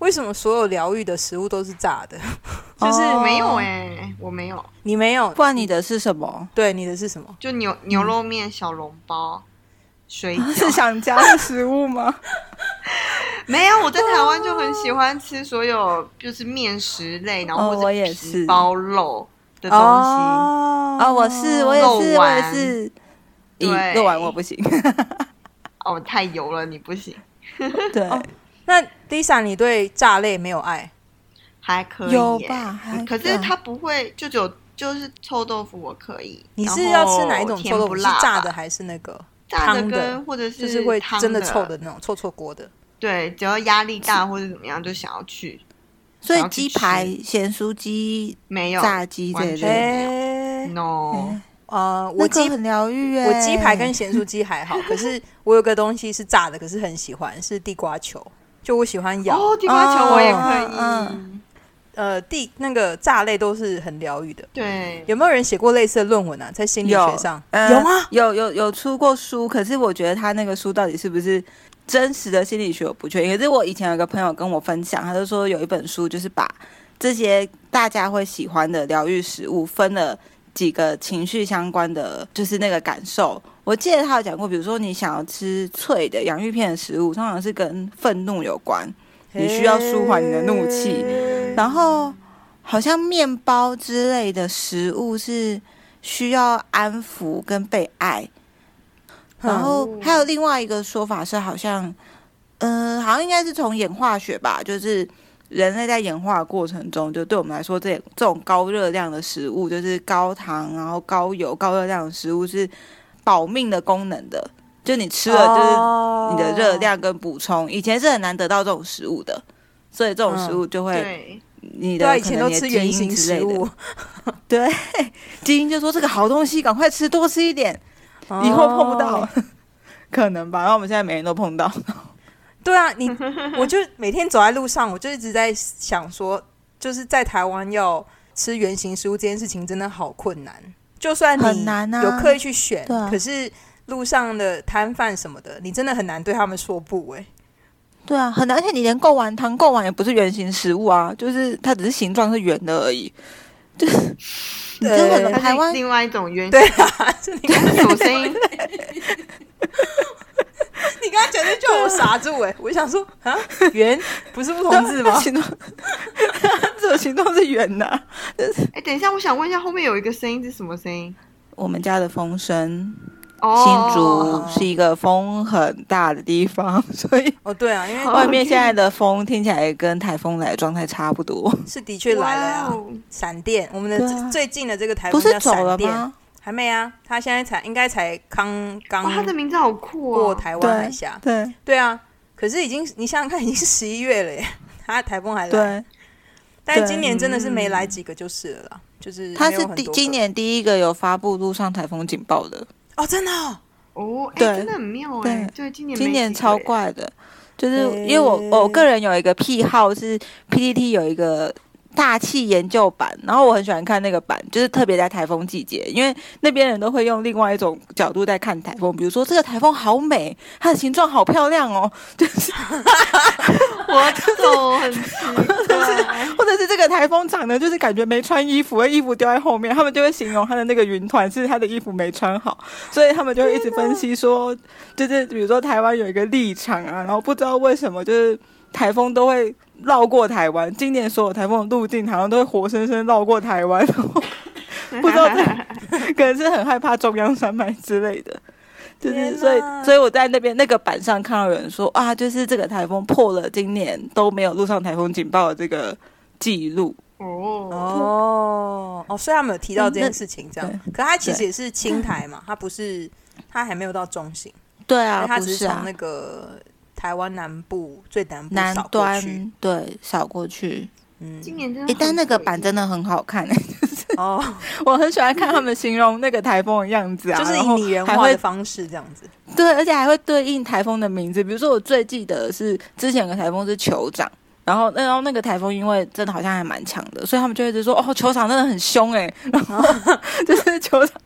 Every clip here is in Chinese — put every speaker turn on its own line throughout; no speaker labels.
为什么所有疗愈的食物都是炸的？ 就是
哦
没有哎、我没有，
你没有
不然你的是什么？
对你的是什么？
就牛牛肉面、小笼包、水
啊
是
饺，
想家的食物 吗？
没有。我在台湾就很喜
哦
欢吃所有就是面食类，然后
哦
或
我也
者
是
皮包肉的东西。
哦
啊、我是，我也
肉
是，我也
丸
是。
对
咦肉丸我不行。
哦，太油了，你不行，
对，
哦
那 Lisa，你对炸类没有爱？
还可以耶、
有吧还
可是
对
它不会，就只有就是臭豆腐我可以。
你是
然
要
后
吃哪一种
甜
臭豆
不
腐？是
辣
炸
吧
的还是那个？
炸的
汤的
跟或者是
就是会
汤
真的臭的那种臭臭锅的。
对，只要压力大或者怎么样，就想要去。
所
想
以
要去
鸡排、
吃
咸酥鸡、
没有
炸鸡这一
完
类
全
的，
哎、
嗯 no，
呃，
那
我
个
鸡、
很疗愈哎。
我鸡排跟咸酥鸡 还好，可是我有个东西是炸的，可是很喜欢，是地瓜球。就我喜欢咬，
哦，地瓜球我也可以。
嗯
呃，地那个炸类都是很疗愈的。
对，
有没有人写过类似的论文啊？在心理学
有
上
呃
有吗？
有有有出过书，可是我觉得他那个书到底是不是真实的心理学，我不确定。可是我以前有个朋友跟我分享，他就说有一本书就是把这些大家会喜欢的疗愈食物分了几个情绪相关的，就是那个感受。我记得他有讲过，比如说你想要吃脆的洋芋片的食物，通常是跟愤怒有关，你需要舒缓你的怒气。
嘿
然后好像面包之类的食物是需要安抚跟被爱。然后
哦
还有另外一个说法是，好像，嗯、好像应该是从演化学吧，就是人类在演化的过程中，就对我们来说这，这种高热量的食物，就是高糖、然后高油、高热量的食物是保命的功能的，就你吃了就是
哦
你的热，量跟补充，以前是很难得到这种食物的，所以这种食物就会、
对，
你
嗯对
的
啊，以
可
前都
能你的
吃
基
原
因
形
之
食
类的
物，
对， 基因就说这个好东西，赶快吃，多吃一点， 以后碰不到
哦。，
可能吧。然后我们现在每人都碰到，
对啊，你我就每天走在路上，我就一直在想说，就是在台湾要吃原形食物这件事情真的好困难。就算你
很难啊
有刻意去选，
对啊
可是路上的摊贩什么的，你真的很难对他们说不哎、
对啊，很难。而且你连贡丸汤，贡丸也不是圆形食物啊，就是它只是形状是圆的而已，就是。你真的很
对
难
它
台
是
湾？
另外一种原
对啊， 是你刚
有声音，
你刚刚讲那句话我傻住哎、我想说啊，圆不是不同字吗
啊 形状，这种形状是圆的啊、
哎，等一下，我想问一下，后面有一个声音是什么声音？
我们家的风声，新
哦，
竹是一个风很大的地方， 所以
哦，对啊，因为
好
外面现在的风听起来跟台风来的状态差不多。
是的确来了呀、
哇哦
闪电。我们的
对
最
啊
最近的这个台
不
风叫
是走了
闪电，
吗？
还没啊，他现在才应该才刚刚
哇，它的名字好酷
过
哦！
台湾海
对
峡，。
对
对啊，可是已经你想想看，已经十一月了耶， 他台风还来，
对，
但是
对
今年真的是没来几个就是了啦，就是
它
没有
是
很
第
多
今
个
年第一个有发布陆上台风警报的，
哦，真的哦，
哦，哎，
对
真的很妙哎！对，今年
今
没
年
几个
超
耶，
怪的，就是
诶
因为我我个人有一个癖好是 PPT 有一个。大气研究版，然后我很喜欢看那个版，就是特别在台风季节，因为那边人都会用另外一种角度在看台风，比如说这个台风好美，它的形状好漂亮哦，
我懂，哦很奇怪。
或者是这个台风长得就是感觉没穿衣服，衣服丢在后面，他们就会形容他的那个云团是他的衣服没穿好，所以他们就会一直分析说，就是比如说台湾有一个立场啊，然后不知道为什么就是台风都会绕过台湾，今年所有台风的路径好像都会活生生绕过台 湾，然后不知道这可能是很害怕中央山脉之类的。就是，
天
所以，
哪
所以我在那边那个板上看到有人说啊，就是这个台风破了今年都没有陆上台风警报的这个记录。
哦，
哦哦，虽然没有提到这件
嗯那
事情，这样
对，
可它其实
对
也是青台嘛，它不是它还没有到中型，
对
因
啊
为它只是从那个台湾南部最南部
南
扫过去，
端对啊扫过去。
嗯，
今年真的
诶，
很
但那个
诡
版
异
真的很好看、
哦，
我很喜欢看他们形容那个台风的样子 啊，
就是
然
以
后
拟人
还
化
会
的方式这样子，
对，而且还会对应台风的名字。比如说，我最记得的是之前有个台风是酋长，然后，然后那个台风因为真的好像还蛮强的，所以他们就一直说哦，球场真的很凶哎、然后就是球场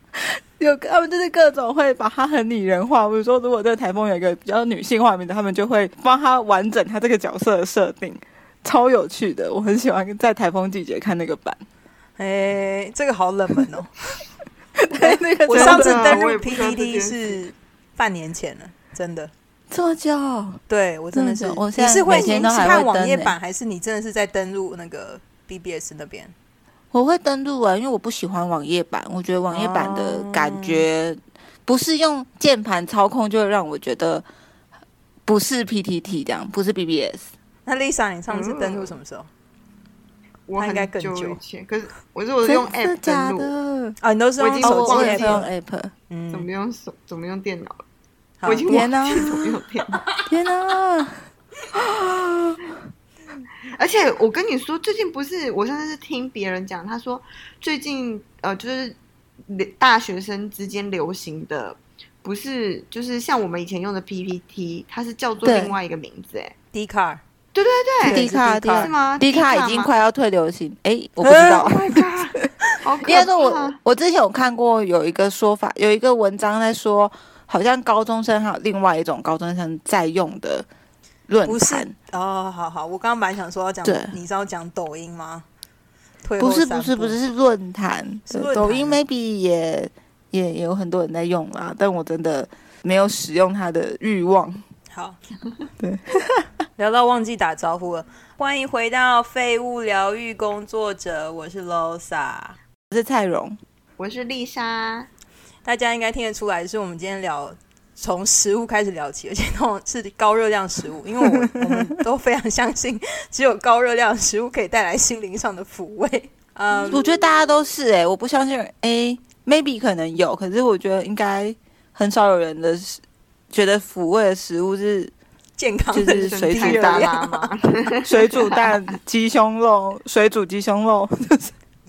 有他们就是各种会把它很拟人化，比如说如果这个台风有一个比较女性化名字，他们就会帮他完整他这个角色的设定，超有趣的，我很喜欢在台风季节看那个版。
哎，这个好冷门 哦。
对，那个
我
真的
上次
啊
登
我
入
也不知道这
PPT
件
是半年前了，真的。
这么久，
对我真的是
真，的我现
你
在
是会
每
你
天
是
都还会
看网
登
页
欸
版，还是你真的是在登入那个 BBS 那边？
我会登录啊，因为我不喜欢网页版，我觉得网页版的感觉不是用键盘操控，就会让我觉得不是 PTT 这样，不是 BBS。
那 Lisa，你上次登录
嗯
什么时候？
我
他应该
很
更久
久以前，可是我是我是用 app 登录，
的？
啊，你都是
我已
用
哦，
经
手
我我
机
也
是
app，
是用
吗
App。
怎
嗯，
么用手怎么用电脑了？
好
我已经
天哪
忘 记怎么用电脑。
天哪！
而且我跟你说，最近不是我上次是听别人讲，他说最近呃，就是流大学生之间流行的，不是就是像我们以前用的 PPT，它是叫做
对
另外一个名字，哎，
d c a r
对对对，
对
迪卡，
迪卡
哎是吗
迪卡
迪卡
已经
吗
快要退流行，诶，我不知道
Oh。my god！好可 怕
应该说我我之前有看过有一个说法，有一个文章在说，好像高中生还有另外一种高中生在用的论
不是
坛，
哦，好好，我刚刚本来想说要讲
对，
你是要讲抖音吗？退后
不是
三
不是
步
不是，是论坛，
是
对
论坛
抖音
啊
maybe 也也也有很多人在用啦，但我真的没有使用它的欲望。
好，
对，
聊到忘记打招呼了。欢迎回到废物疗愈工作者，我是 Losa。
我是蔡荣，
我是丽莎，
大家应该听得出来，是我们今天聊从食物开始聊起，而且那种是高热量食物，因为我我们都非常相信，只有高热量食物可以带来心灵上的抚慰。 嗯，
我觉得大家都是欸诶、我不相信诶、m a y b e 可能有，可是我觉得应该很少有人的食觉得抚慰的食物是
健康
就
的
是
身
水
体
煮
热
大
蛋
量
拉吗？
水煮蛋、鸡胸肉、水煮鸡胸 肉。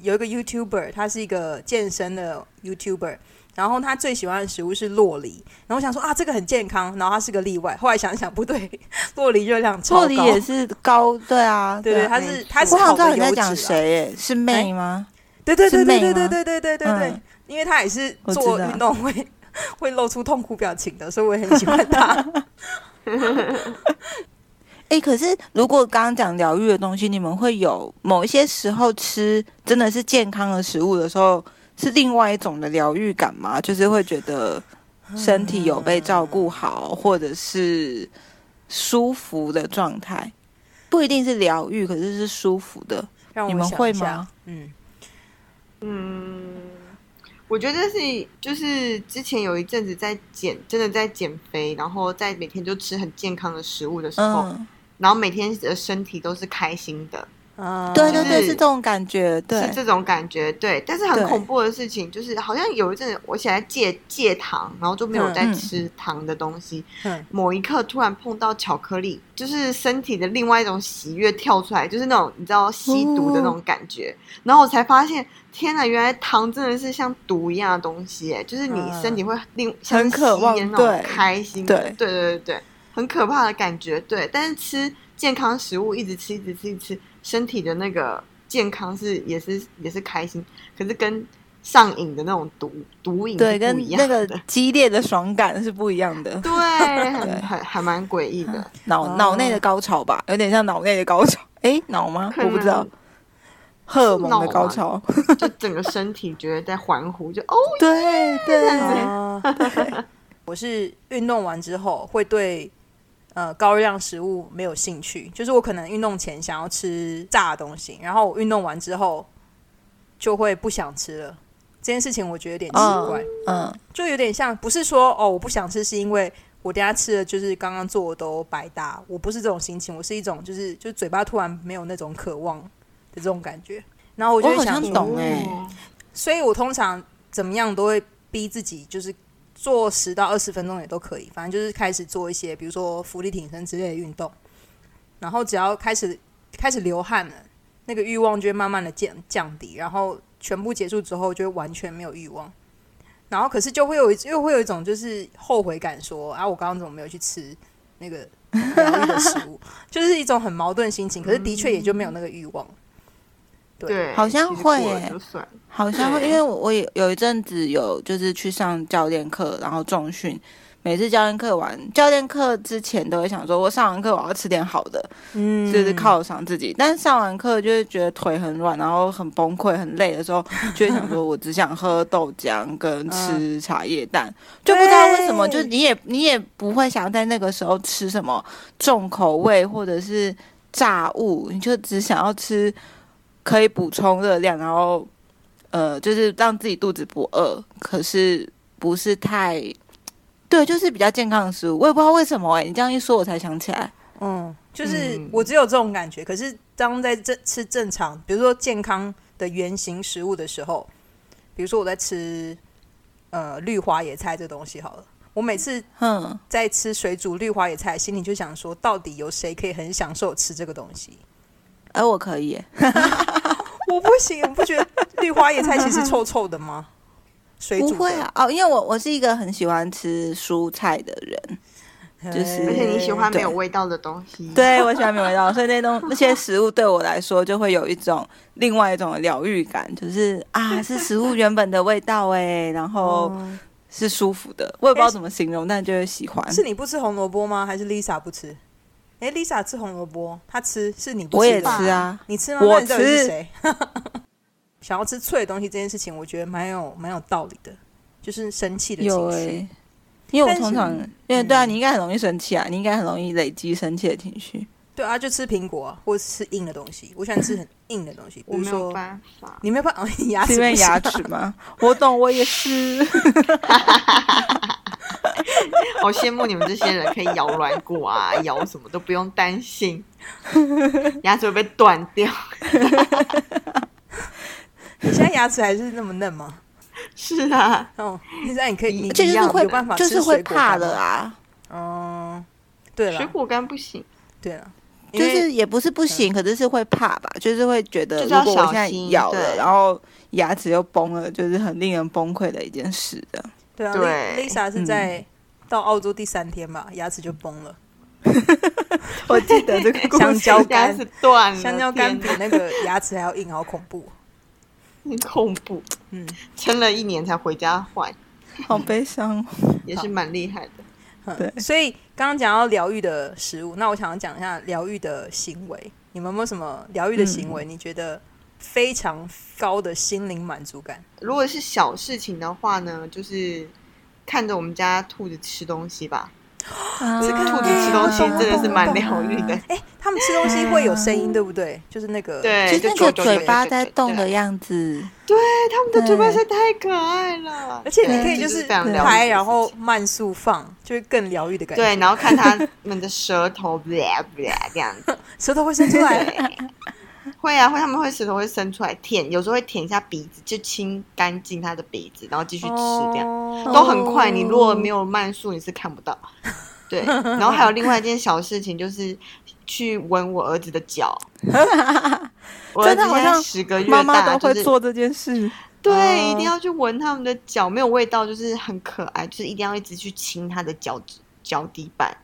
有一个 YouTuber，他是一个健身的 YouTuber，然后他最喜欢的食物是洛梨，然后我想说啊，这个很健康，然后他是个例外，后来想一想不对， 洛梨热量超
洛
高，
梨也是高，对啊，
对对，
啊
他
没
是
错
他是
我好
好
像知道
的
你在
油
讲
脂啊，
谁诶，是妹吗？
对对对对
是妹
对对
吗
对对对对对
嗯，
因为他也是
我知
做
道
运动会 会露出痛苦表情的，所以我也很喜欢 他。
诶，哎可是如果刚刚讲疗愈的东西，你们会有某一些时候吃真的是健康的食物的时候，是另外一种的疗愈感吗？就是会觉得身体有被照顾好，或者是舒服的状态，不一定是疗愈，可是是舒服的。
让我
你们
想
会
一下
吗？
嗯，
嗯，我觉得是就是之前有一阵子在减，真的在减肥，然后在每天就吃很健康的食物的时候，
嗯，
然后每天的身体都是开心的，
啊，
对对对，
就是
是这种感觉，对
是这种感觉。对，但是很
对
恐怖的事情就是，好像有一阵子我起来戒戒糖，然后就没有
嗯
在
嗯
吃糖的东西。
嗯
某一刻突然碰到巧克力，就是身体的另外一种喜悦跳出来，就是那种你知道吸毒的那种感觉。然后我才发现，天哪，原来糖真的是像毒一样的东西，哎，就是你
嗯
身体会另、像
很渴望
吸烟那种
对
开心的，
对
对对对对，很可怕的感觉。对，但是吃健康食物，一直吃，一直吃，一直吃，身体的那个健康是也是也是开心，可是跟上瘾的那种毒毒瘾
对，
是不
跟
一
那
样的
个激烈的 爽感是不一样的。
对，很很还蛮诡异的。
脑脑内的高潮吧，有点像脑内的高潮。诶，脑吗？
可
我
能
不知道，荷尔蒙的高潮。
就整个身体觉得在欢呼，就哦，
对 对，
啊， 我是运动完之后会对呃高热量食物没有兴趣，就是我可能运动前想要吃炸的东西，然后我运动完之后就会不想吃了。这件事情我觉得有点奇
嗯
怪，
嗯，
就有点像，不是说哦我不想吃，是因为我等下吃了就是刚刚做的都白搭，我不是这种心情，我是一种就是就嘴巴突然没有那种渴望的这种感觉。然后我就
我
会
好
想嗯
像
说
懂诶，
所以我通常怎么样都会逼自己，就是做十到二十分钟也都可以，反正就是开始做一些，比如说浮力挺身之类的运动，然后只要开始开始流汗了，那个欲望就会慢慢的降降低，然后全部结束之后就会完全没有欲望，然后可是就会有一又会有一种就是后悔感说啊我刚刚怎么没有去吃那个疗愈的食物， 就是一种很矛盾心情。可是的确也就没有那个欲望。
对，
好像
其实
会
过了
耶
就算了
好像会，
对
因为我我也有一阵子有就是去上教练课，然后重训。每次教练课完，教练课之前都会想说，我上完课我要吃点好的，
嗯
就是犒赏自己。但上完课就会觉得腿很软，然后很崩溃、很累的时候，就会 想说，我只想喝豆浆跟吃茶叶蛋，就不知道为什么，就
对
你也你也不会想在那个时候吃什么重口味或者是炸物，你就只想要吃可以补充热量，然后呃，就是让自己肚子不饿，可是不是太。对，就是比较健康的食物，我也不知道为什么哎、你这样一说我才想起来，
嗯，就是
嗯
我只有这种感觉。可是当在正吃正常，比如说健康的原型食物的时候，比如说我在吃呃绿花野菜这东西好了，我每次
嗯，
在吃水煮绿花野菜，心里就想说，到底有谁可以很享受吃这个东西？
哎、我可以耶，
我不行，我不觉得绿花野菜其实臭臭的 吗？水煮
不
的
会，啊，哦，因为我我是一个很喜欢吃蔬菜的人，就是
而且你喜欢没有
对
味道的东西，，
对我喜欢没有味道，所以那东那些食物对我来说就会有一种另外一种的疗愈感，就是 啊，是食物原本的味道哎，然后
哦
是舒服的，我也不知道怎么形容，但就是喜欢。
是你不吃红萝卜吗？还是 Lisa 不吃？哎、l i s a 吃红萝卜，她吃，是你不
我也
吃的吧
吃啊，
你吃吗？
我
那你到底是
吃
谁？ 想要吃脆的东西这件事情，我觉得蛮有蛮有道理的，就是生气的
有
情
哎、
绪。
因为我
但是嗯
通常，因为对啊，你应该很容易生气啊，你应该很容易累积生气的情绪。
对啊，就吃苹果、啊、或者吃硬的东西。我喜欢吃很硬的东西，比
我
如
没有
说
办法。
你没有办法， 哦、你牙齿
是因为
不行
牙齿吗？我懂，我也是。
好羡慕你们这些人可以咬软 骨啊，咬什么都不用担心，牙齿会被断掉。
你现在牙齿还是那么嫩吗？
是啊，
哦，现在你可以，你
这
一
就是
样
会
有办法，
就是会怕了。啊。
嗯，对
水
了，
果干不行，
对了，因
就
为
是也不是不行，可是是会怕吧，就是会觉得
就是
如
要
果我现在
小心
咬了，
对
然后牙齿又崩了，就是很令人崩溃的一件事的。
对啊
对
，Li-，Lisa 是
嗯
在到澳洲第三天吧，牙齿就崩了，
我记得这个故
香
事，
蕉
牙
干，
齿断了，
香蕉干比
嗯天
那个牙齿还要硬，好恐怖。
哪很恐怖。
嗯，
撑了一年才回家换，
好悲伤哦。
也是蛮厉害的。
对
嗯所以刚刚讲到疗愈的食物，那我想要讲一下疗愈的行为。你们有没有什么疗愈的行
嗯
为？你觉得非常高的心灵满足感？
如果是小事情的话呢，就是看着我们家兔子吃东西吧。
这
个
兔子吃东西真的是蛮疗愈的，
哎、他们吃东西会有声
嗯
音，对不对？就是那个，
对，
就是
就
那个
啾啾
嘴巴在动，
啾啾啾
的
啾
样子。
对，他们的嘴巴
对
实在太可爱了，
而且你
对
可以
这
就是是
非常疗愈的
拍，
事
然后
情
慢速放，就会更疗愈的感觉。
对，然后看他们的舌头，blah blah 这样子，
舌头会伸出 来。
会啊，会他们会舌头会伸出来舔，有时候会舔一下鼻子，就清干净他的鼻子，然后继续吃这样。
哦
都很快。你如果
哦
没有慢速，你是看不到。对，然后还有另外一件小事情，就是去闻我儿子的脚。
真的
我儿子
好
现在
像
十个月
妈
大，
妈都会
就是
做哦这件事，
对，一定要去闻他们的脚，没有味道就是很可爱，就是一定要一直去亲他的脚趾、脚底板。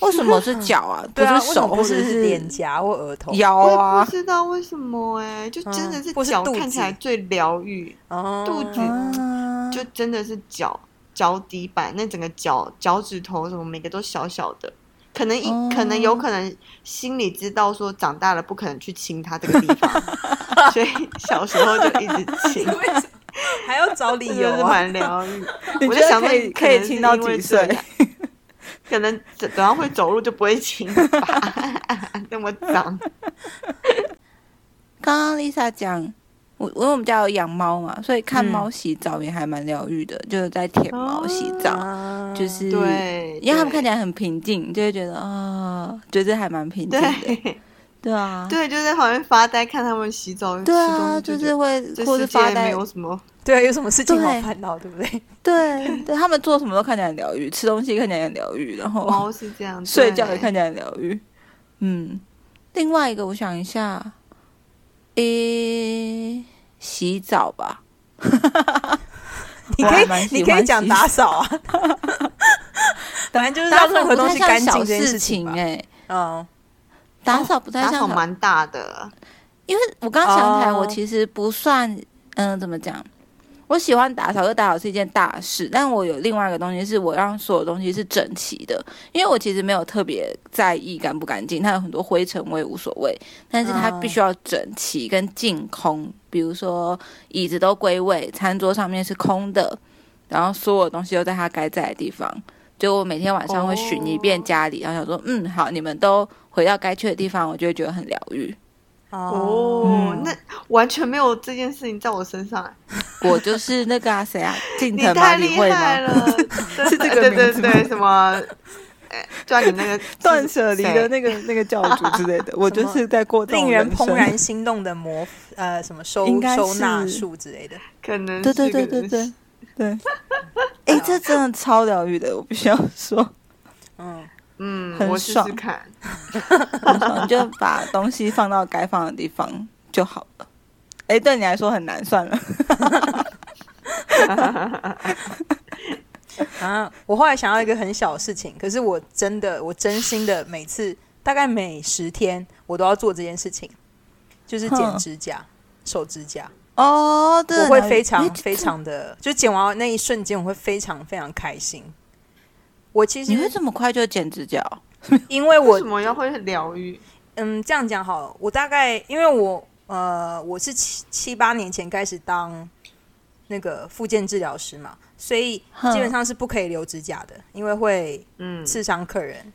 为什 么是脚啊？
对啊，为
是
什
手
么不
或者
是
是
脸颊或额头？
腰
我也
啊
不？知道为什么哎、就真的
嗯
是
或是
脚
肚
看起来
子
最疗愈，
哦
肚子
啊
就真的是脚脚底板那整个脚脚趾头什么，每个都小小的。可能一、
哦
可能有可能心里知道说长大了不可能去亲它这个地方， 所以小时候就一直亲，
为什么还要找理
这
由
就是
啊？
蛮疗愈。
你
我
觉
就
得
想
可以
问，
可以亲到几岁？？
可能等到会走路就不会亲了吧， 那么脏。
刚刚 Lisa 讲，我因为我们家有养猫嘛，所以
嗯
看猫洗澡也还蛮疗愈的，就是在舔猫洗澡，
啊
就是
对，
因为他们看起
来
来很平静，就会觉得啊、就是还蛮平静的，对
对
啊，
对，就在旁边发呆看他们洗澡，
对
吃东
啊，
西
就
觉
是
得
会
这
或
世
是
界
发
没
呆，
有什么
对啊，有什么事情好
对
烦恼，对不对？
对对，他们做什么都看起来很疗愈，吃东西看起来很疗愈，然后
猫是这样，
哦 睡觉也
哦对
看起来很疗愈，嗯，另外一个我想一下，诶、洗澡吧。
你
我
可
还
以
蛮喜
你
欢
可以讲
洗
打扫啊，反正就是
打
让
扫
任何
不
东
太
西干
像
净这
小
件
事
事情吧。
哎、
嗯，
打扫不太
打
像小
扫蛮大的，
因为我刚刚想起来，
哦
我其实不算，嗯、怎么讲？我喜欢打扫，可打扫是一件大事，但我有另外一个东西，是我让所有东西是整齐的，因为我其实没有特别在意干不干净，它有很多灰尘我也无所谓，但是它
嗯
必须要整齐跟净空，比如说椅子都归位，餐桌上面是空的，然后所有东西都在它该在的地方。就我每天晚上会巡一遍
哦
家里，然后想说，嗯，好，你们都回到该去的地方，我就会觉得很疗愈。
哦，
嗯那完全没有这件事情在我身上，
我就是那个啊，谁 啊，近
你
藤麻
太
里
厉
惠
害
吗？
了，
是这个
对对
名字吗
对，什么？哎叫你那个
断舍离的
谁
那个那个教主之类的，我
什
就
么
是在过这 种
令人
生
怦然。心动的魔呃什么收
应该是
收纳术之类的。
可能
对对
是
对
可能
对
是
对对， 哎、这真的超疗愈的，我必须要说。
嗯，
嗯，
很
我试试
爽
看。
很爽你就把东西放到该放的地方就好了。哎、对你来说很难，算了。
啊，我后来想要一个很小的事情，可是我真的我真心的每次大概每十天我都要做这件事情，就是剪
哼
指甲、手指甲。
哦，对，
我会非常
哎
非，常的，就剪完那一瞬间，我会非常非常开心。我其
你会
实
这么快就剪指甲哦？
因为
为
我
什么要会疗愈？
嗯这样讲好了，我大概因为我呃我是七七八年前开始当那个复健治疗师嘛，所以
哼
基本上是不可以留指甲的，因为会
嗯，
刺伤客人。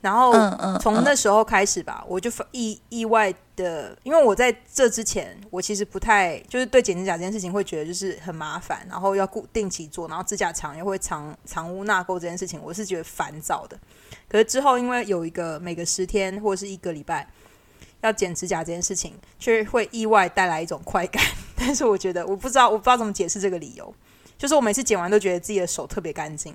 然后
嗯嗯，
从那
嗯
时候开始吧，我就发意意外的，因为我在这之前，我其实不太就是对剪指甲这件事情会觉得就是很麻烦，然后要固定期做，然后指甲长又会藏藏污纳垢这件事情，我是觉得烦躁的。可是之后因为有一个每个十天或者是一个礼拜要剪指甲这件事情，却会意外带来一种快感。但是我觉得我不知道我不知道怎么解释这个理由，就是我每次剪完都觉得自己的手特别干净。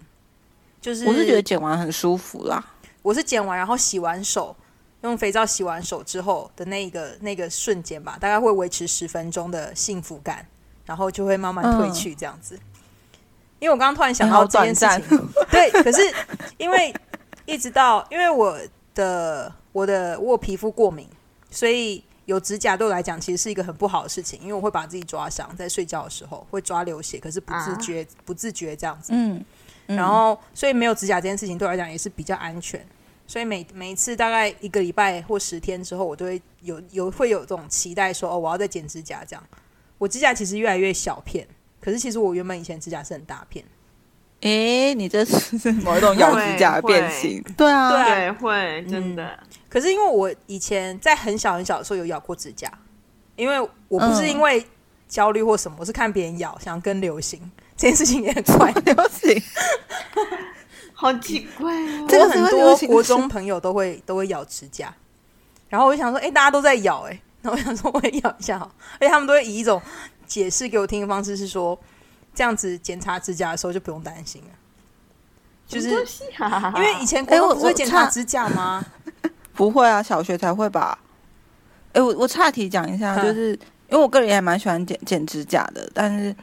就是
我是觉得剪完很舒服啦。
我是剪完然后洗完手，用肥皂洗完手之后的那一个那个瞬间吧，大概会维持十分钟的幸福感，然后就会慢慢褪去这样子。因为我刚刚突然想
哎你好
到这件事
短
情，对， 可是因为一直到因为我的我的我有皮肤过敏，所以有指甲对我来讲其实是一个很不好的事情，因为我会把自己抓伤，在睡觉的时候会抓流血，可是不自觉、
啊
不自觉这样子。
嗯，嗯
然后所以没有指甲这件事情对我来讲也是比较安全，所以每每一次大概一个礼拜或十天之后，我都会有有会有这种期待说哦，我要再剪指甲这样。我指甲其实越来越小片，可是其实我原本以前指甲是很大片，
诶、你这是某一 种咬指甲的变形？对啊，
对
嗯对，会真的。
嗯
可是因为我以前在很小很小的时候有咬过指甲，因为我不是因为焦虑或什么，我是看别人咬，想跟流行这件事情也很快 乐。
流行。
好奇怪哦，
这
我
个是
很
会
多
流行的
国
事
中朋友都会都会咬指甲，然后我就想说，哎、大家都在咬、诶，哎，然后我想说我也咬一下好，而且他们都会以一种解释给我听的方式是说，这样子检查指甲的时候就不用担心了，就是
什么东西啊
因为以前国
诶
中
哎我
不是会
我
检查
差
指甲 吗？
不会啊，小学才会吧？哎、我我岔题讲一下，
嗯
就是因为我个人也蛮喜欢剪剪指甲的，但是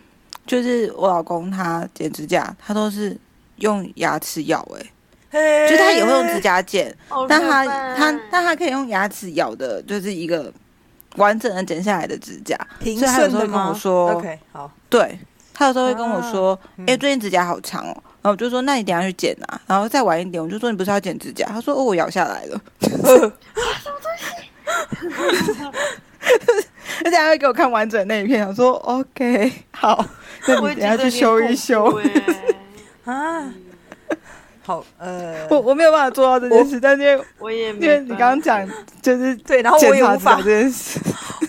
就是我老公他剪指甲，他都是用牙齿咬、欸，哎，就是他也会用指甲剪，
好可
但他
怕
他但他可以用牙齿咬的，就是一个完整的剪下来的指甲。
平
所以他有
顺
时候
的
会跟
吗
我说
？OK，好，
对他有时候会跟我说：“哎、
嗯
最近指甲好长哦。”然后我就说：“那你等一下去剪啊。”然后再晚一点，我就说：“你不是要剪指甲？”他说：“哦，我咬下来了。” 而且他会给我看完整的那一片，想说：“OK，好，那你
我
等
也
一
觉
下去
得你
修
很
一
恐
修。
怖欸
啊，好，呃，
我我没有办法做到这件事，但是因为
我也 没
因为你刚刚讲就是
对，然后我
检
也
查
无
指甲
法
这，件事，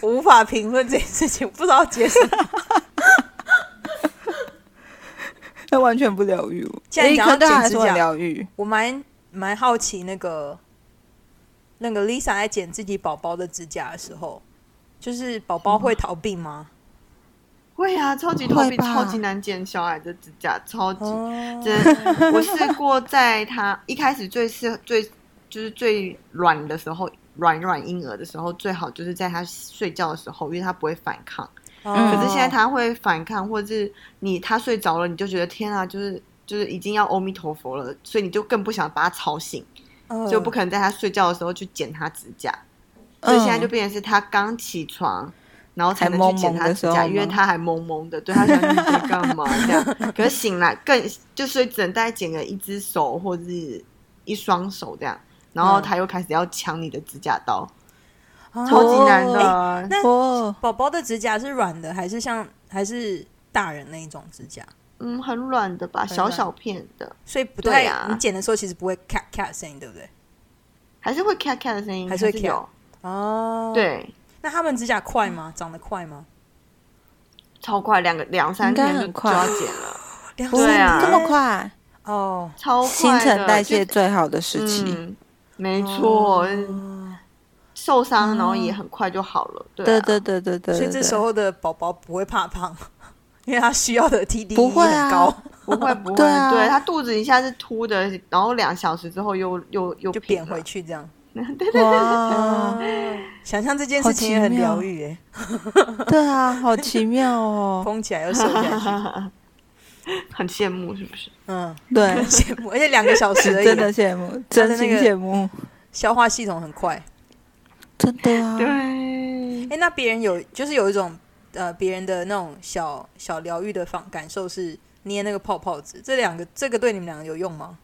我无法评论这件事情，不知道解释。
他完全不疗愈我。
既然
诶
讲
可能
到
对他
剪
来
指
说很
甲
疗愈，
我蛮蛮好奇那个那个 Lisa 在剪自己宝宝的指甲的时候，就是宝宝会逃避吗？
会啊，超级头
会
皮
吧
超级难剪小矮的指甲，超级
哦，
真的。我试过在他一开始最适最就是最软的时候，软软婴儿的时候，最好就是在他睡觉的时候，因为他不会反抗。
嗯
可是现在他会反抗，或是你他睡着了，你就觉得天啊，就是就是已经要阿弥陀佛了，所以你就更不想把他吵醒，
嗯
就不可能在他睡觉的时候去剪他指甲。所
嗯
以现在就变成是他刚起床，然后才能去剪他指
还懵懵的时候
甲，
吗
因为他还懵懵的，对他想你在干嘛 这样。可是醒来更就是只能大概剪个一只手或者是一双手这样，然
嗯
后他又开始要抢你的指甲刀，
啊
超级难的。啊
诶那
哦，
宝宝的指甲是软的，还是像还是大人那一种指甲？
嗯，很软的吧，
很
小
软
小片的，
所以不太、
对啊
你剪的时候其实不会咔咔的声音，对不对？
还是会咔咔的声音，
还是
是
会
有。
哦，。
对，
那他们指甲快吗？长得快吗？
超快，两个两三
应该
天就
很快
就要剪了，
两
对
三
啊
这
天
么快，
哦，
超快的。
新陈代谢
就
最好的时期。
嗯，没错，
哦
嗯受伤然后也很快就好了。
嗯
对
对
啊
对对对对，
所以
对
这时候的宝宝不会怕胖， 因为他需要的 TDE
不会啊
很高，
不会不会，
对啊
对他肚子一下是凸的，然后两小时之后又又又
就
平啊
扁
了
回。去这样。
哇，
哦想象这件事情也很疗愈诶，
对啊，好奇妙哦。
封起来又收下 去，
很羡慕是不是？
嗯，
对
很，羡慕，而且两个小时而已，
真的羡慕，真
他的
心
那个
羡慕，
消化系统很快。
真的啊。
对
哎、，那别人有就是有一种呃，别人的那种小小疗愈的方感受是捏那个泡泡纸，这两个这个对你们两个有用吗？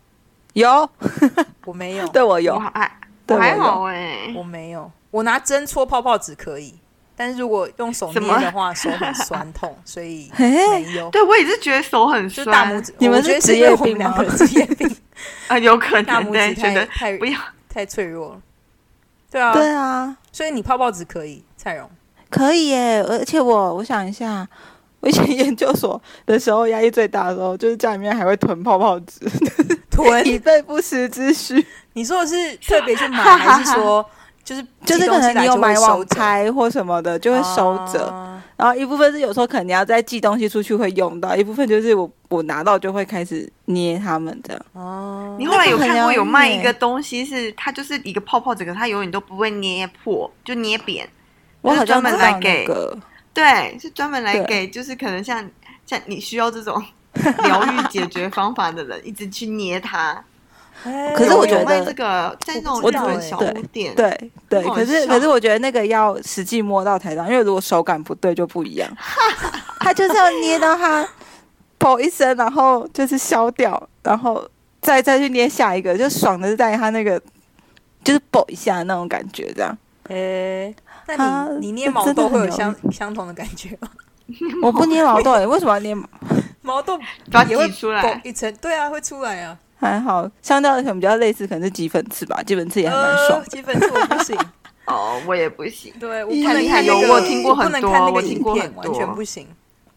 有
我没有，
对我
我
有，
还我
对我
还
有
好哎，
我没有，我拿针戳泡泡纸可以，但是如果用手
什
捏
么
的话，手很酸痛，所 以
嘿
没有。
对我也是觉得手很
就是大拇
酸
指，
你们
我觉得
是职
因为
业
我们
病
两
吗
个职业病，
啊， 有 可
大
能
拇指
对，觉
太
得
太
不要
太脆弱了。对啊，
对啊，
所以你泡泡纸可以，蔡荣。
可以耶。而且我我想一下，我以前研究所的时候压力最大的时候，就是家里面还会囤泡泡纸，
臀，
以备不时之需。
你说的是特别去买，还 是说就是
就是
寄
可
东西
能
来
你有
就会
买
收
网
着
拍或什么的，就会收着。
啊
然后一部分是有时候可能你要再寄东西出去会用到，一部分就是我我拿到就会开始捏它们的。
哦，
你后来有
那个很
看过有
疗愈
卖
欸
一个东西是，它就是一个泡泡纸，可是它永远都不会捏破，就捏扁。
我好像
专门
知
来
道那
给
个，
对，是专门来
对
给就是可能像像你需要这种 疗愈解决方法的人，一直去捏它。
哎
可是我
有
觉得
有卖这个在那
我
种日
不知道
本
欸
小
对
屋店，
对对，
好
可是
笑
可是我觉得那个要实际摸到台上，因为如果手感不对就不一 样。它就是要捏到它砰一声，然后就是消掉，然后再再去捏下一个，就爽的是在于它那个就是嘣一下那种感觉，这样。
诶，那
啊
你你捏
这
毛
真的
豆会
很
有
疗
相相同的感觉吗？
我不捏毛豆，为什么要捏毛？
毛豆
把它
也会
挤出
嘣
来。
一层，对啊，会出来啊。
还好，相较于可能比较类似，可能是挤粉刺吧，挤粉刺也还蛮爽
呃，。基本上我不行，
哦，我也不行。
对我不
你
能
很厉
看
害
那
有
个，
我听
过
不
很
能
多
看那个
我听
影
过
片，
很
完全
多
不行。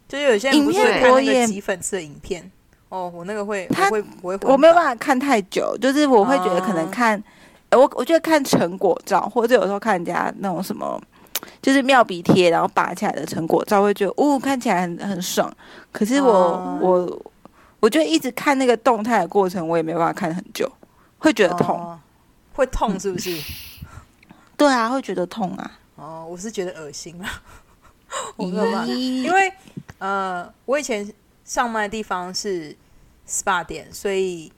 就是有些人不是
影
会
片
看
我
那个
也
挤粉刺的影片哦，我那个会，
他
我会，我会昏倒，
我没有办法看太久，就是我会觉得
哦
可能看，呃我我觉得看成果照，或者有时候看人家那种什么，就是妙笔贴，然后拔起来的成果照，会觉得哦看起来很很爽。可是我、
哦
我我觉得一直看那个动态的过程，我也没办法看很久，会觉得痛。
哦，会痛是不是？
对啊，会觉得痛啊。
哦，我是觉得恶心啊，我没有办法啊因
因
为呃，我以前上班的地方是 SPA 店，所以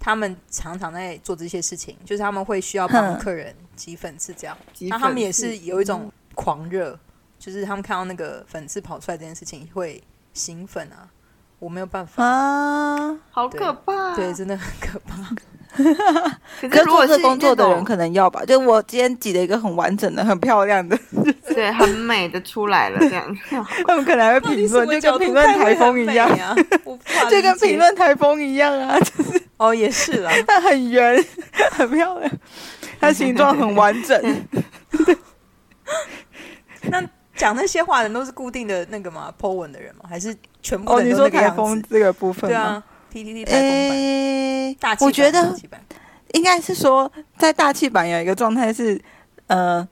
他们常常在做这些事情，就是他们会需要帮
哼
客人挤粉刺这样。
挤
那他们
粉
也
刺
是有一种狂热，就是他们看到那个粉刺跑出来这件事情会兴奋啊，我没有办法，
啊，
好
对
可怕。啊
对，真的很可怕。
可
跟
是如
做
果
这
是
工作的
那
人
种
可能要吧。就我今天挤了一个很完整的、很漂亮的，
对很美的出来了，这样
他们可能还会
到底
评
什么
论，就
角
跟
度
评论
看会
台风
很
一
美
样。
啊，我无 法
就
理
跟
解
评论台风一样啊，
哦，也是啦，
它很圆， 很漂亮，它形状很完 整。
讲那些话的人都是固定的那个嘛，Po 文的人吗？还是全部
哦，
人
你
都那
说
个
台
样子？
风这个部分
对
吗？
啊，PTT 台风版、
诶
大气版
我觉
大
得
气版
应该是说，在大气版有一个状态是，呃，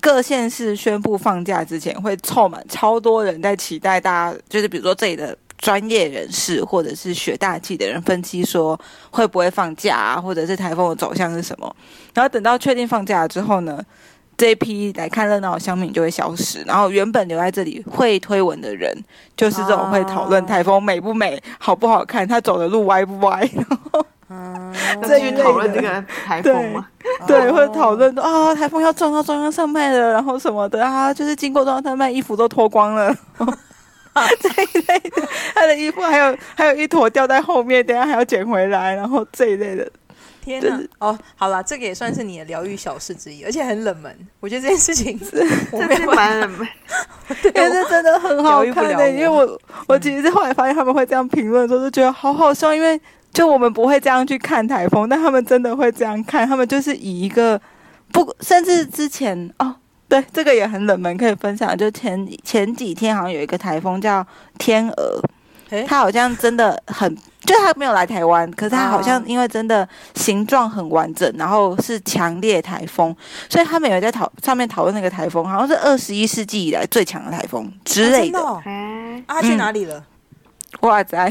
各县市宣布放假之前会凑满超多人在期待大家，就是比如说这里的。专业人士或者是学大气的人分析说会不会放假啊，或者是台风的走向是什么。然后等到确定放假了之后呢，这一批来看热闹的乡民就会消失，然后原本留在这里会推文的人，就是这种会讨论台风美不美、好不好看、他走的路歪不歪，然后
嗯
再去讨论这个台风吗？
对，会讨
哦
论到啊，台风要撞到中央山脉了，然后什么的啊，就是经过中央山脉，衣服都脱光了。这一类的，他的衣服还有还有一坨掉在后面，等一下还要捡回来，然后这一类的，
天
就
哪！哦，好啦，这个也算是你的疗愈小事之一，而且很冷门。我觉得这件事情我没
这是
有办法
蛮冷门。
因为这真的很好
疗愈不
看
了
的、
我
因为我嗯我其实是后来发现他们会这样评论的时候，就觉得好好笑，因为就我们不会这样去看台风，但他们真的会这样看，他们就是以一个不，甚至之前哦。对，这个也很冷门，可以分享。就前前几天好像有一个台风叫天鹅，
诶
它好像真的很，就它没有来台湾，可是它好像
啊
因为真的形状很完整，然后是强烈台风，所以他们有在讨上面讨论那个台风，好像是二十一世纪以来最强的台风之类的。
啊真哦
哎，
啊，他去哪里了？
哇塞！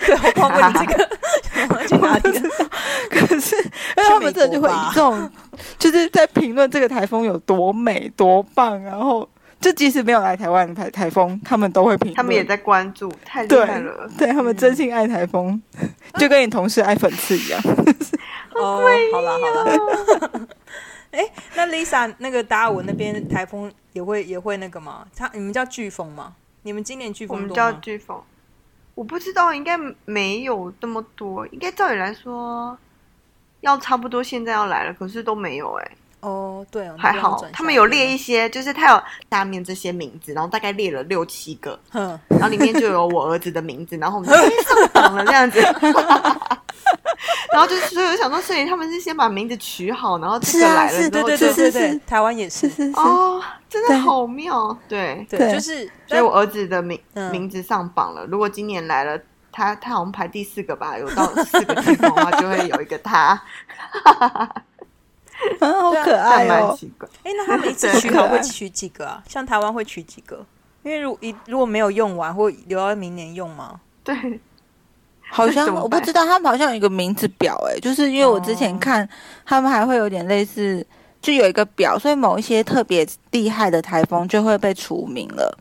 对，我忘问你这个 他去哪里了？
可是因为他们真的就会以这种，就是在评论这个台风有多美多棒，然后就即使没有来台湾的台台风，他们都会评论。
他们也在关注，太厉
对
害了。
对他们真心爱台风，就跟你同事爱粉刺一样。
哦，好啦好啦。 哎，那 Lisa 那个达尔文那边台风也会也会那个吗？他你们叫飓风吗？你们今年飓
我
风
们
多
叫
吗？
飓风，我不知道，应该没有这么多。应该照理来说，要差不多现在要来了，可是都没有哎、
哦，对哦，
还好他们有列一些，就是他有下面这些名字，然后大概列了六七个，
哼，
然后里面就有我儿子的名字，然后我们就哎上榜了这样子。 然后就是，所以我想说，所以他们是先把名字取好，然后这
是
个
啊
来了
是
之
对
后
对
就
对对
是
对
是，
台湾也是
是，是是，
哦，真
对
的好妙，对。
对，
对
就是
所以我儿子的名、
嗯
名字上榜了。如果今年来了，他他好像排第四个吧，有到四个地方的话，就会有一个 他，
啊，好可
还
爱
蛮
哦！
奇怪。
哎，那他们一次
对
取
很可
好
爱
会取几个啊？像台湾会取几个？因为如一如果没有用完，或留到明年用吗？
对，
好
这
像
怎么
我不
办
知道，他们好像有一个名字表、欸，就是因为我之前
哦
看、他们还会有点类似，就有一个表，所以某一些特别厉害的台风就会被除名了。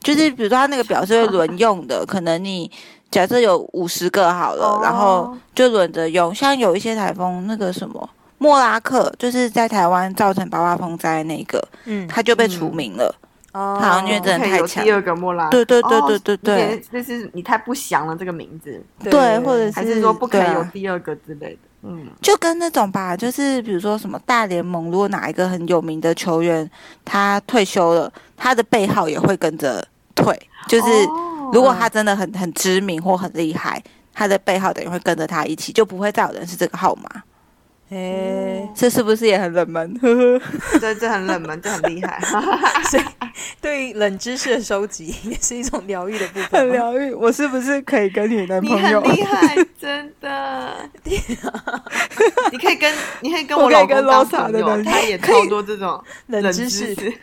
就是比如说，他那个表是会
哦
轮用的，可能你假设有五十个好了，呃然后
哦
就轮着用。像有一些台风，那个什么莫拉克，就是在台湾造成八八风灾那个，
嗯，
他就被除
嗯
名了。
哦
台湾因为真的
可以
太
有
强
第二个莫拉克。
对对对
哦
对对对，
有点就是你太不祥了这个名字，
对或者
还是说不可以
对啊
有第二个之类的？嗯，
就跟那种吧，就是比如说什么大联盟，如果哪一个很有名的球员他退休了，他的背号也会跟着退。就是
哦
如果他真的很很知名或很厉害，他的背号等于会跟着他一起，就不会再有人是这个号码。
哎，
这是不是也很冷门？ 呵呵，
这这很冷门，这很 厉害。
所以对于冷知识的收集 也是一种疗愈的部分
很
吗。
疗愈。我是不是可以跟你男
你
朋友
很？厉害，真的。你可以跟你可以跟
我
我
可以
老公
跟
当
Losa 的
朋友，
男
他也超多这种
冷知识
知对，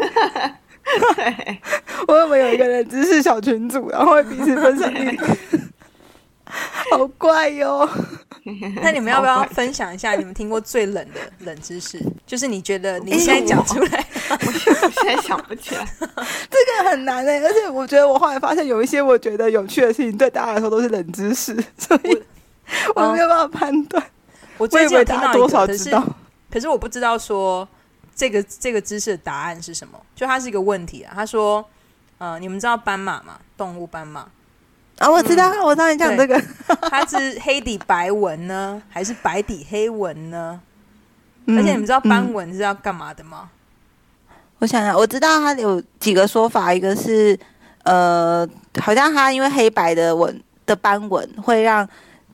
我有没有一个人只是小群组，然后会彼此分享 力？好怪哟、
那你们要不要
超怪
分享一下你们听过最冷的冷知识？就是你觉得你
哎
现在讲出来，
我 现在想不起来。
这个很难哎、而且我觉得我后来发现有一些我觉得有趣的事情，对大家来说都是冷知 识，所以
我哦
我没有办法判断。
我
我
最
以
近有
为
听
大家
到一
多
个，
少
可
知
是嗯
道，
可是我不知道说这个这个知识的答案是什么，就它是一个问题啊。他说，呃，你们知道斑马吗？动物斑 马，
啊，我知道，我知道你讲这个，
它是黑底白纹呢，还是白底黑纹呢？
嗯
而且你们知道斑
嗯
纹是要干嘛的吗？
我想啊想，我知道它有几个说法，一个是呃，好像它因为黑白的纹的斑纹会让。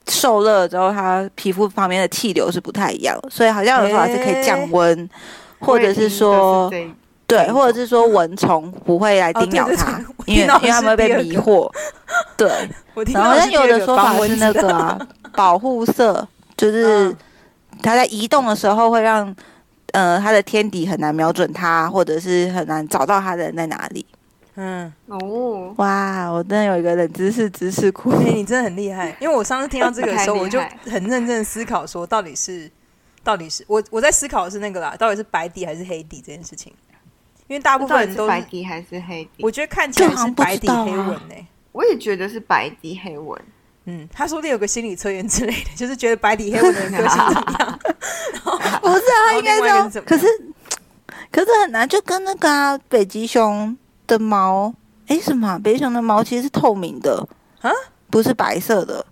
受热之后，它皮肤旁边的气流是不太一样的，所以好像有说法是可以降温， 或者是说
我也听的
对，或者是说蚊虫不会来
哦
叮咬
对对
它，
对我
因为
听到
因为它
是
们会
第
被
二
迷
个
惑。 对，
我听
然后
到
但
是
有
第二
的说
防
法
蚊
是那
子
个啊，保护色，就是
嗯
它在移动的时候会让呃它的天敌很难瞄准它，或者是很难找到它的人在哪里。
嗯，
这种哦，
哇，我真的有一个冷知识知识库。
哎、你真的很厉害，因为我上次听到这个的时候，
太厉害
我就很认真地思考说，到底是到底是我我在思考的是那个啦，到底是白底还是黑底这件事情，因为大部
到
分
底
人
是
都
白底还是黑底？
我觉得看起来
这好
是
像不知
白底
道啊
黑纹呢、
我也觉得是白底黑纹，
嗯，他说不定有个心理测验之类的，就是觉得白底黑纹的人个性怎么 样？
不是啊，应
然后另外
该这
一个
样
是怎。么
可是，可是很难，就跟那个、啊、北极熊的毛，诶，什么啊、北极熊的毛其实是透明的
啊，
不是白色的，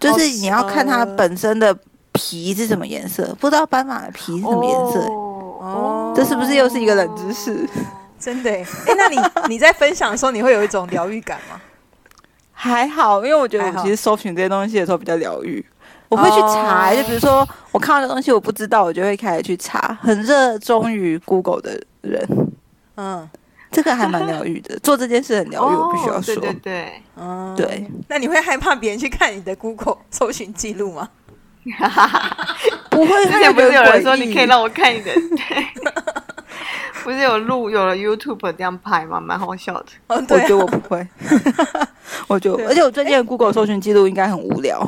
就是你要看它
是呃
本身的皮是什么颜色，不知道斑马的皮是什么颜色。
哦
哦，
这是不是又是一个冷知识？
真的、欸，哎、那你你在分享的时候，你会有一种疗愈感吗？
还好，因为我觉得
还
我
好
其实搜寻这些东西的时候比较疗愈，我会去查、
哦
就比如说我看到的东西我不知道，我就会开始去查，很热衷于 Google 的人，
嗯
这个还蛮疗愈的， 做这件事很疗愈，哎我必须要
哦
说。
对对 对，
嗯，
对。
那你会害怕别人去看你的 Google 搜寻记录吗？
不会，
之前不是有人说你可以让我看你的，对， 不是有录有了 YouTube 这样拍吗？蛮好笑的。
哦，
我
对、
觉
啊
得，我不会， 我觉得
对
我，而且我最近的 Google 搜寻记录应该很无聊。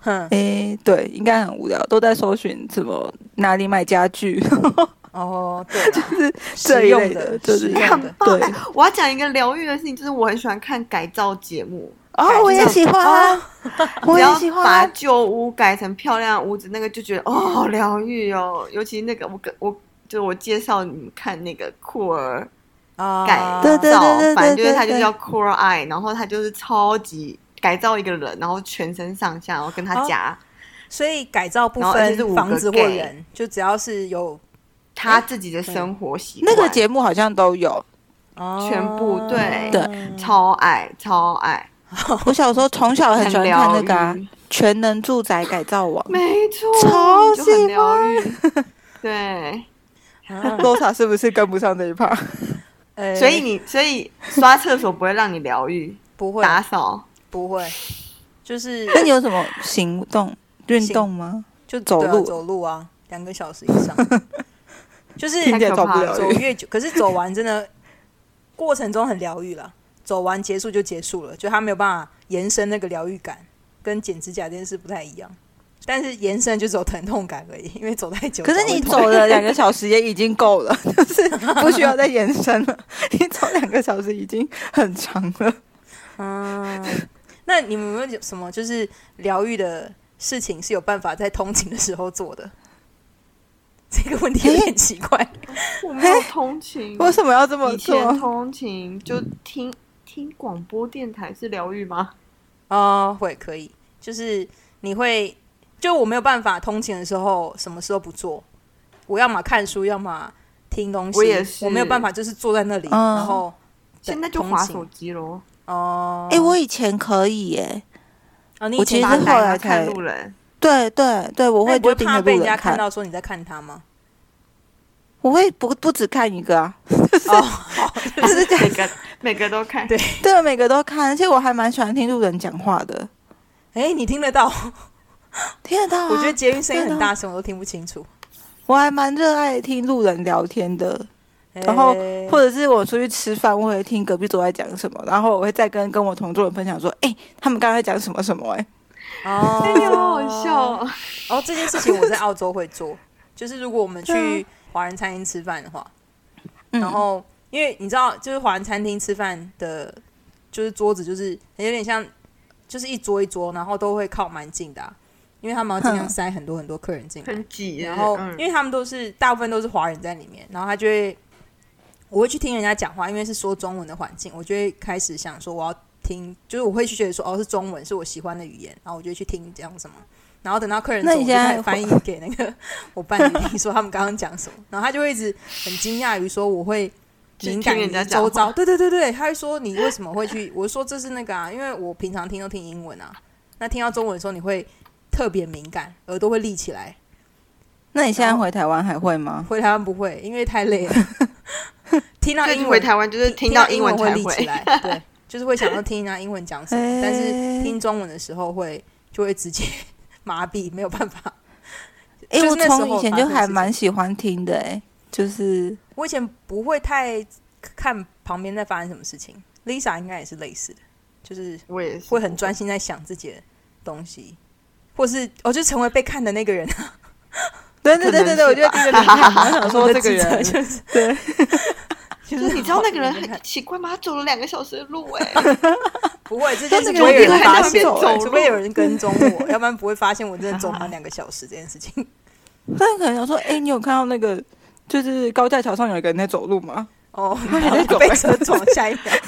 哼，
哎
诶，对，应该很无聊，都在搜寻什么哪里买家具，
哦，对啦，
这
实
一
用
类的
的，
就是
实
哎
用
很
的，
棒
对
哎！我要讲一个疗愈的事情，就是我很喜欢看改造节目，
哦，我也喜欢，啊我
只
也
哦要
喜
把
欢，啊
旧屋改成漂亮的屋子，那个就觉得哦，好疗愈哦。尤其那个我跟我就是我介绍你们看那个酷儿
啊，
改造，
对对对对
反正就是
对
他就是
对
要酷儿爱，然后他就是超级改造一个人，然后全身上下，然后跟他
哦
家。
所以改造不
然后而且是五
分
个
房子或
gay
人，就只要是有
他自己的生活习
那
惯，
个节目好像都有。
哦
全部对
对
超爱超爱，
我小时候从小很喜欢看那个啊
很疗愈
《全能住宅改造王
没错，
超
就很
喜
疗 愈。对，嗯
啊》
，Rosa 是不是跟不上这一趴？
呃
所以你所以刷厕所不会让你 疗愈，
不会
打扫
不会，就是
那你有什么行动运动吗？
就
走
对啊
路
走路啊，两个小时以上， 就是
听起来
太
超
可
不
怕
疗
了
走
愈。
越久，可是走完真的过程中很疗愈了，走完结束就结束了，就他没有办法延伸那个疗愈感，跟剪指甲这件事不太一样。但是延伸就只有疼痛感而已，因为走太久。
可是
脚会
你
痛
走了 两个小时也已经够了， 就是不需要再延伸了。 你走两个小时已经很长了。
嗯，那你们有没有什么就是疗愈的事情是有办法在通勤的时候做的？ 这个问题有点奇怪。
我没有通
哎
勤，
为什么要这么
以前
做？
通勤就听听广播电台是疗愈吗？
哦，会可以，就是你会，就我没有办法通勤的时候，什么事都不做，我要么看书，要么听东西，
我也是
没有办法，就是坐在那里，
嗯
然后
现在就
通
划
勤
手机咯，
哦，
哎、我以前可以耶、
哦，你
我
以前
其实
打
后
开
来
来
才
看路人，
对对对，我
那
会
你不
就
哎会
盯
怕
着
被
路
人家
人
看
看，
到说你在看他 吗？
我会不不只看一个啊，
哦，好，就
就是是这
每
样。
个每个都看
对，
对，每个都看，而且我还蛮喜欢听路人讲话的，
哎，你听得 到？
听得到、啊。
我觉得捷运声音
对
很
啊
大声，我都听不清楚。
我还蛮热爱听路人聊天的， 然后
哎
或者是我出去吃饭，我会听隔壁桌在讲什么，然后我会再跟跟我同桌人分享说，哎、他们刚才讲什么什么、哎，
哦，
哎呦，好好笑哦。
然后这件事情我在澳洲会做，就是如果我们
啊
去华人餐厅吃饭的话，
嗯
然后因为你知道，就是华人餐厅吃饭的，就是桌子就是有点像，就是一桌一桌，然后都会靠蛮近的啊、因为他们要尽量
哼
塞很多很多客人进来。
很挤耶，
啊然后
嗯
因为他们都是大部分都是华人在里面，然后他就会，我会去听人家讲话，因为是说中文的环境，我就会开始想说我要听，就是我会去觉得说哦是中文是我喜欢的语言，然后我就会去听讲什么。然后等到客人走，
那你
我就
现在
开始翻译给那个 我伴侣听，说他们刚刚讲什么，然后他就会一直很惊讶于说我会
去
敏
听
感于
人家讲
周
话
遭，对对对对，他会说你为什么会去？我说这是那个啊，因为我平常听都听英文啊，那听到中文的时候你会特别敏感，耳朵会立起来，
那你现在
然后
回台湾还会吗？
回台湾不会，因为太累了。 听到
最
英
近回
文
台湾就是
听
到
英
文
会
才哎
立起来， 对，就是会想要听人家英文讲什么，但是听中文的时候会就会直接 麻痹，没有办法。
哎、
就是
我
那时候
从以前
发
就
生
还
事情
蛮喜欢听的、哎，就是
我以前不会太看旁边在发生什么事情，Lisa 应该也是类似的，就是
我也是
会很专心在想自己的东西，或是我、哦、就成为被看的那个人。
对对对对对，我觉得第一个点看，我 想说这个人
就是
对，
就是你知道那个人很奇怪吗？他走了两个小时的路、哎，
不会，这件事
但那
情
个
会有
人
人
还
发
在那
现，
边走
除非有人跟踪 我，要不然不会发现我真的走满两个小时这件事情。
但可能想说，哎、你有看到那个就是高架桥上有一个人在走路吗？
哦，
还在
然后
走
被
欸
车撞，下一秒。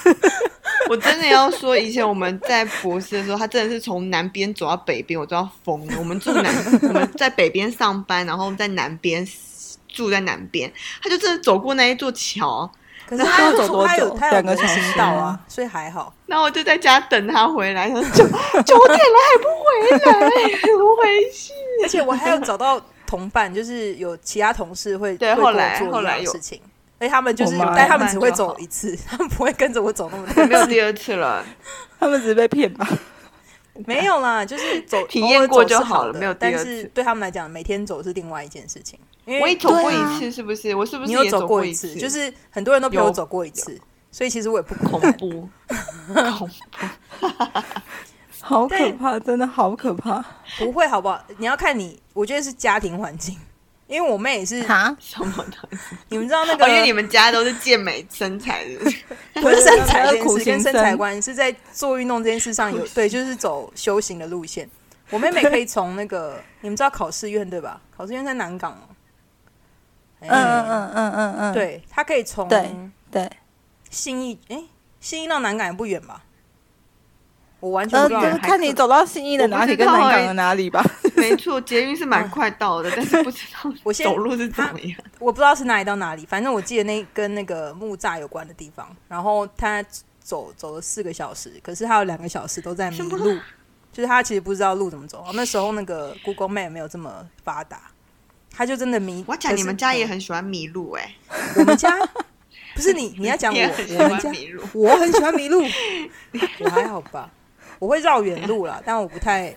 我真的要说，以前我们在博士的时候，他真的是从南边走到北边，我都要疯了。我们住南，我们在北边上班，然后在南边住在南边，他就真的走过那一座桥，
可是他
那他要走多
他有
久
他有
两个
人
小时
行道啊，所以还好。
然后我就在家等他回来，他说九 九点了还不回来， 怎么回事？
而且我还有找到同伴，就是有其他同事会会
对
跟我
后来
做
后
一
来
样的
有
事情，而且他们就是
我，妈
但他们只会
慢慢就好
走一次，他们不会跟着我走那么多。
没有第二次了，
他们只是被骗吧？
没有啦，就是走
体
偶
验
尔
过
走
就是好
的
了没有第
但
二
是
次
对他们来讲，每天走是另外一件事情。因
我
为
也走过
对
一
啊
次，是不是？我是不是
你有
也
走
过
一
次？
就是很多人都陪我
有
走过一次，所以其实我也不
恐怖， 恐
好可
对
怕，真的好可怕！
不会好不好？你要看你，我觉得是家庭环境，因为我妹 也是，
哈，
什么的？
你们知道那个，
哦，因为你们家都是健美身材的，
不是身材
还
这件
有 苦
事，跟
行
身材
僧
有关，是在做运动这件事上有对，就是走修行的路线。我妹妹可以从那个，你们知道考试院对吧？考试院在南港哦。嗯
嗯嗯嗯嗯嗯嗯，
对，她可以从
对对，
信义，哎、信义到南港也不远吧？我完全不
呃，
知道。
就是
还
看
可
你走到新义的
我不
哪里
知
跟
道
南港
欸
的哪里吧。
没错，捷运是蛮快到的，但是不知道
我先
走路是怎么样。
我不知道是哪里到哪里，反正我记得那跟那个木栅有关的地方。然后他走走了四个小时，可是他有两个小时都在迷
什
嗯路，就是他其实不知道路怎么走。那时候那个 Google Map 没有这么发达，他就真的迷。
我要讲
可
你
是
们家也很喜欢迷路哎、
我们家不是嗯你，你要讲我
也很喜
我们家
欢，迷路。
我很喜欢迷路，我还好吧，我会绕远路啦，但我不太。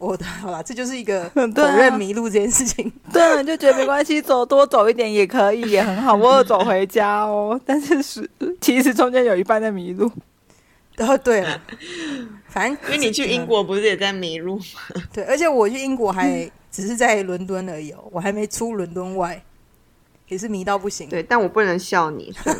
我的好啦，这就是一个
对啊
否认迷路这件事情。
对，啊就觉得没关系，走多走一点也可以，也很好。我有走回家哦， 但是是其实中间有一半在迷路。
哦，对 了，反正
因为你去英国不是也在迷路吗？
对，而且我去英国还
嗯
只是在伦敦而已、哦，我还没出伦敦外，也是迷到不行。
对，但我不能笑你，所以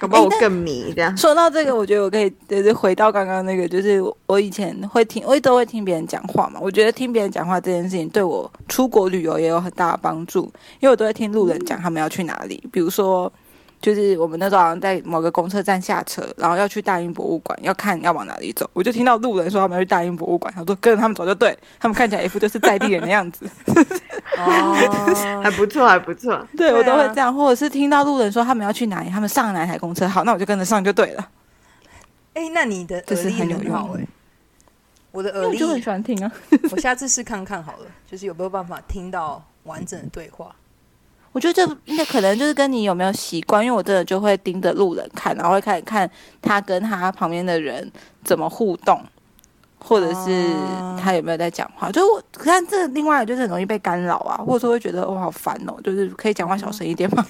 搞不好我更迷这
哎
样。
说到这个，我觉得我可以就是回到刚刚那个，就是我以前会听，我都会听别人讲话嘛。我觉得听别人讲话这件事情对我出国旅游也有很大的帮助，因为我都会听路人讲他们要去哪里，比如说。就是我们那时候好像在某个公车站下车，然后要去大英博物馆，要看要往哪里走。我就听到路人说他们要去大英博物馆，他说跟着他们走就对，他们看起来一副就是在地人的样子。
哦，
还不错，还不错。
对
对
我都会
啊
这样，或者是听到路人说他们要去哪里，他们上哪一台公车，好，那我就跟着上就对了。
哎，那你的
这
耳
是
力
很有
很
用
好哎、我的
因
耳
为我
力
就，很 喜欢听啊，
我下次试看看好了，就是有没有办法听到完整的对话。
我觉得这应该可能就是跟你有没有习惯，因为我真的就会盯着路人看，然后会开始看他跟他旁边的人怎么互动，或者是
哦
他有没有在讲话。就是我看这另外就是很容易被干扰啊，或者说会觉得我好烦哦，就是可以讲话小声一点 吗？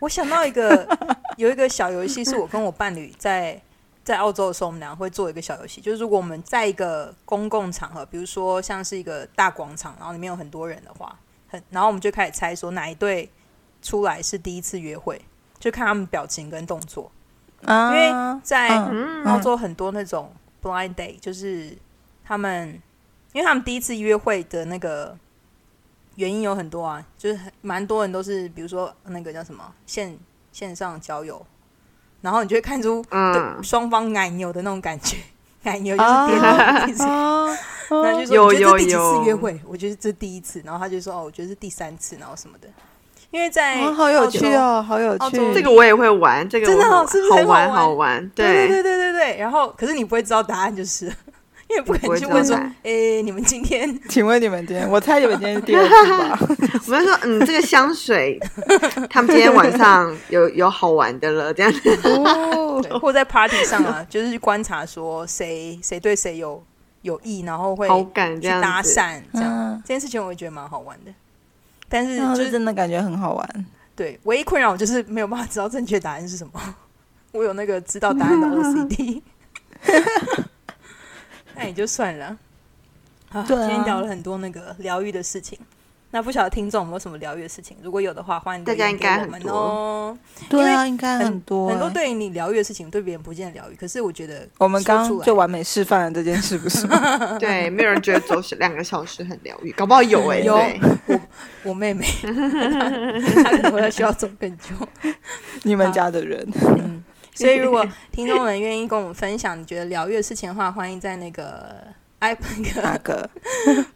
我想到一 个有一个小游戏，是我跟我伴侣在在澳洲的时候，我们俩会做一个小游戏，就是如果我们在一个公共场合，比如说像是一个大广场，然后里面有很多人的话，很，然后我们就开始猜说哪一对出来是第一次约会，就看他们表情跟动作。因
啊，
为在
嗯，
澳洲很多那种 blind date，就是他们，因为他们第一次约会的那个原因有很多啊，就是很蛮多人都是，比如说那个叫什么线线上交友，然后你就会看出
嗯
双方奶牛的那种感觉， 奶牛就是跌到地上。
啊，
然后就
有
说：“你觉得这第几
有
次
有
约会？我觉得这第一次。”然后他就说：“哦，我觉得是第三次，然后什么的。”因为在
啊好有
澳
趣
洲
哦，好有
澳
趣
洲。
这个我也会玩，这个我
真的哦
会玩
是不是很
好玩？
好玩
好玩，
对对
对
对对对。然后，可是你不会知道答案，就是了因为不可能
我不会
去
知道
问说
答案：“
诶，你们今 天
请问你们今天，我猜你们今天是第二次吧？
我们就说，嗯，这个香水，他们今天晚上有有好玩的了，这样子。
哦
对或在 party 上啊，就是去观察说谁谁对谁有有意，然后会
好感
去
这样
搭
子
讪这样。
嗯，
这件事情我也觉得蛮好玩的，但是
哦那
就
这
是
真的感觉很好玩。
对唯一困扰我就是没有办法知道正确答案是什么。我有那个知道答案的 OCD，那也就算了。啊，
对
今天
啊
聊了很多那个疗愈的事情，那不晓得听众有没有什么疗愈的事情？如果有的话，欢迎留
大家
言
应
给
该
我
很
们
多
哦。
对
因
啊，
为
应该
很
多、
很多
欸
对你疗愈的事情，对别人不见得疗愈。可是我觉得
我们
说
刚
出
刚
来
就完美示范了这件事，不是吗？
对，没有人觉得走两个小时很疗愈，搞不好有哎、
有
对，
我我妹 妹，她可能会需要走更久。
你们家的人，
所以如果听众们愿意跟我们分享你觉得疗愈的事情的话，欢迎在那个 i 那
哪
个
个？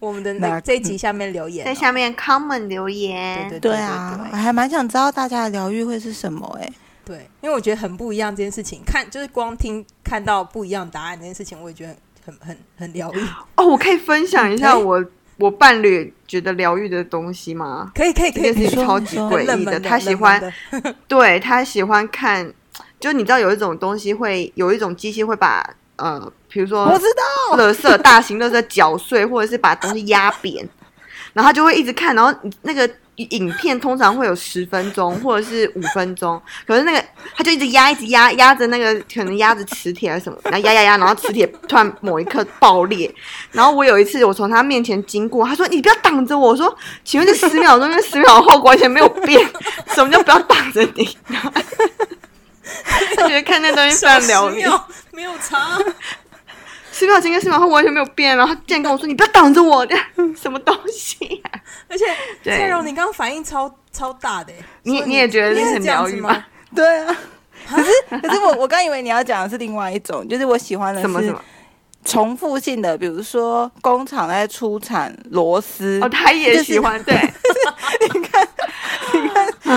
我们的
哪
那
个
这一集下面留言哦、
在下面 comment 留言，
对对
对啊，我还蛮想知道大家的疗愈会是什么哎、
对，因为我觉得很不一样这件事情，看就是光听看到不一样答案这件事情，我也觉得很很很疗愈。
哦，我可以分享一下
哎
我、我伴侣觉得疗愈的东西吗？
可以可以可以，
这件事
说
情超级
你说
很
诡
冷
异
门的，
他喜
冷门
欢
的
对他喜欢看，就你知道有一种东西会有一种机器会把呃，比如说
我知道，
垃圾大型垃圾搅碎，或者是把东西压扁，然后他就会一直看，然后那个影片通常会有十分钟或者是五分钟，可是那个他就一直压，一直压，压着那个可能压着磁铁还是什么，然后压压压，然后磁铁突然某一刻爆裂，然后我有一次我从他面前经过，他说你不要挡着我，我说请问这十秒钟跟十秒后完全没有变，什么叫不要挡着你？ 然后他觉得看那东西非常疗
10
愈。
秒没有差，
十秒前跟十秒后完全没有变，然后他竟然跟我说：“你 不要挡着我！”什么东西、啊？
而且
对
蔡荣，你刚刚反应超超大的欸，
你
所以
你也觉得
你
是
也
很
这样
疗
子
愈
吗
吗？？
对啊。可是可是我我刚以为你要讲的是另外一种，就是我喜欢的
什么什
是
么？
重复性的，比如说工厂在出产螺丝，
哦，他也喜 欢，对，
你看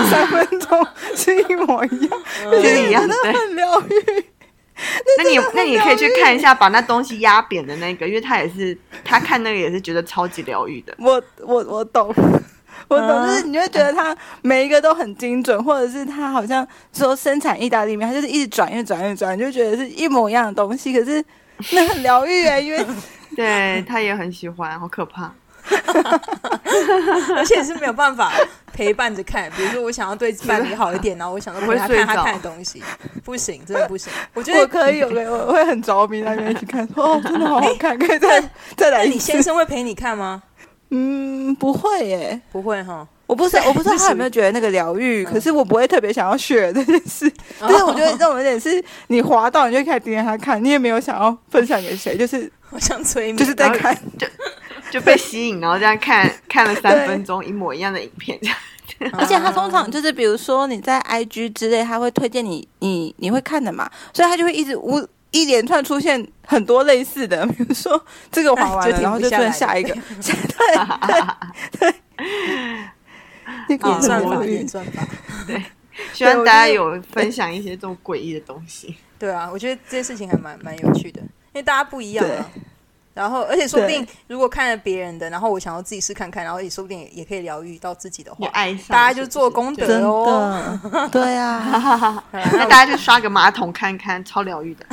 三分钟是一模一样，
就是一样
真
的
的。
对
很疗愈。
那你那你可以去看一下把那东西压扁的那个，因为他也是他看那个也是觉得超级疗愈 的。
我我我懂，我懂，
啊
就是你会觉得它每一个都很精准，或者是它好像说生产意大利面，它就是一直转，一直转，一直转，你就觉得是一模一样的东西，可是那很疗愈哎，因 为
对 他也很喜欢，好可怕。
而且是没有办法陪伴着看。比如说，我想要对伴侣好一点，然后我想要陪他
我会睡
看他
着
看的东西，不行，真的不行。我觉
我
得
可以，我可以，我会很着迷那边一起看，说哦，真的好好看，可以再再来
哎那
一
你
次。
先生会陪你看吗？
嗯，不会耶。
不会哈，
我不是我不知道他有没有觉得那个疗
嗯
愈，可是我不会特别想要学这件事。但啊是我
哦
觉得这种有点是你滑到你就开始盯着他看，你也没有想要分享给谁，就是
我想催眠，
就是在看。
就被吸引，然后这 样看看了
对
三分钟一模一样的影片，这样
啊
而且他通常就是，比如说你在 IG 之类，他会推荐你你你会看的嘛，所以他就会一直无一连串出现很多类似的， 比如说这个滑完
就
了，
停
然后
不
就
下
突然
来
下
了
一个，下对对对，那个
演
很
算
疗
法，
愈
演算法。
希望大家有分享一些这种诡异的东西。
对啊，我觉得这件事情还蛮蛮有趣的，因为大家不一样啊。然后，而且说不定如果看了别人的，然后我想要自己试看看，然后也说不定也也可以疗愈到自己的
也
话，
爱上，
大家就做功
真
德哦。
的，对 啊，
好啦那
那
我
大家就刷个马桶看看，超疗愈的。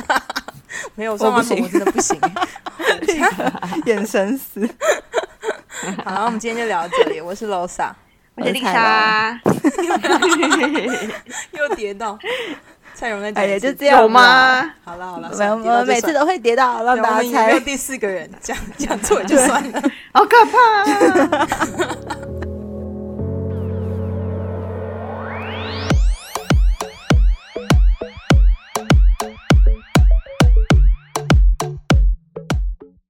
没有上马桶，
我
我
不
真的不行。
眼神死，
好，那我们今天就聊到这里。我是 Losa，
我
我是
是丽
凯
莎，
又跌到。蔡荣在讲
哎
一次，
呀，就这样
有
吧？
吗？
好了好了，
我
算
们
了
我们每次都会跌倒，让
跌到
大
就
家
算了对我们也没有
猜。
第四个人，讲讲错也就算了。
好可怕、啊！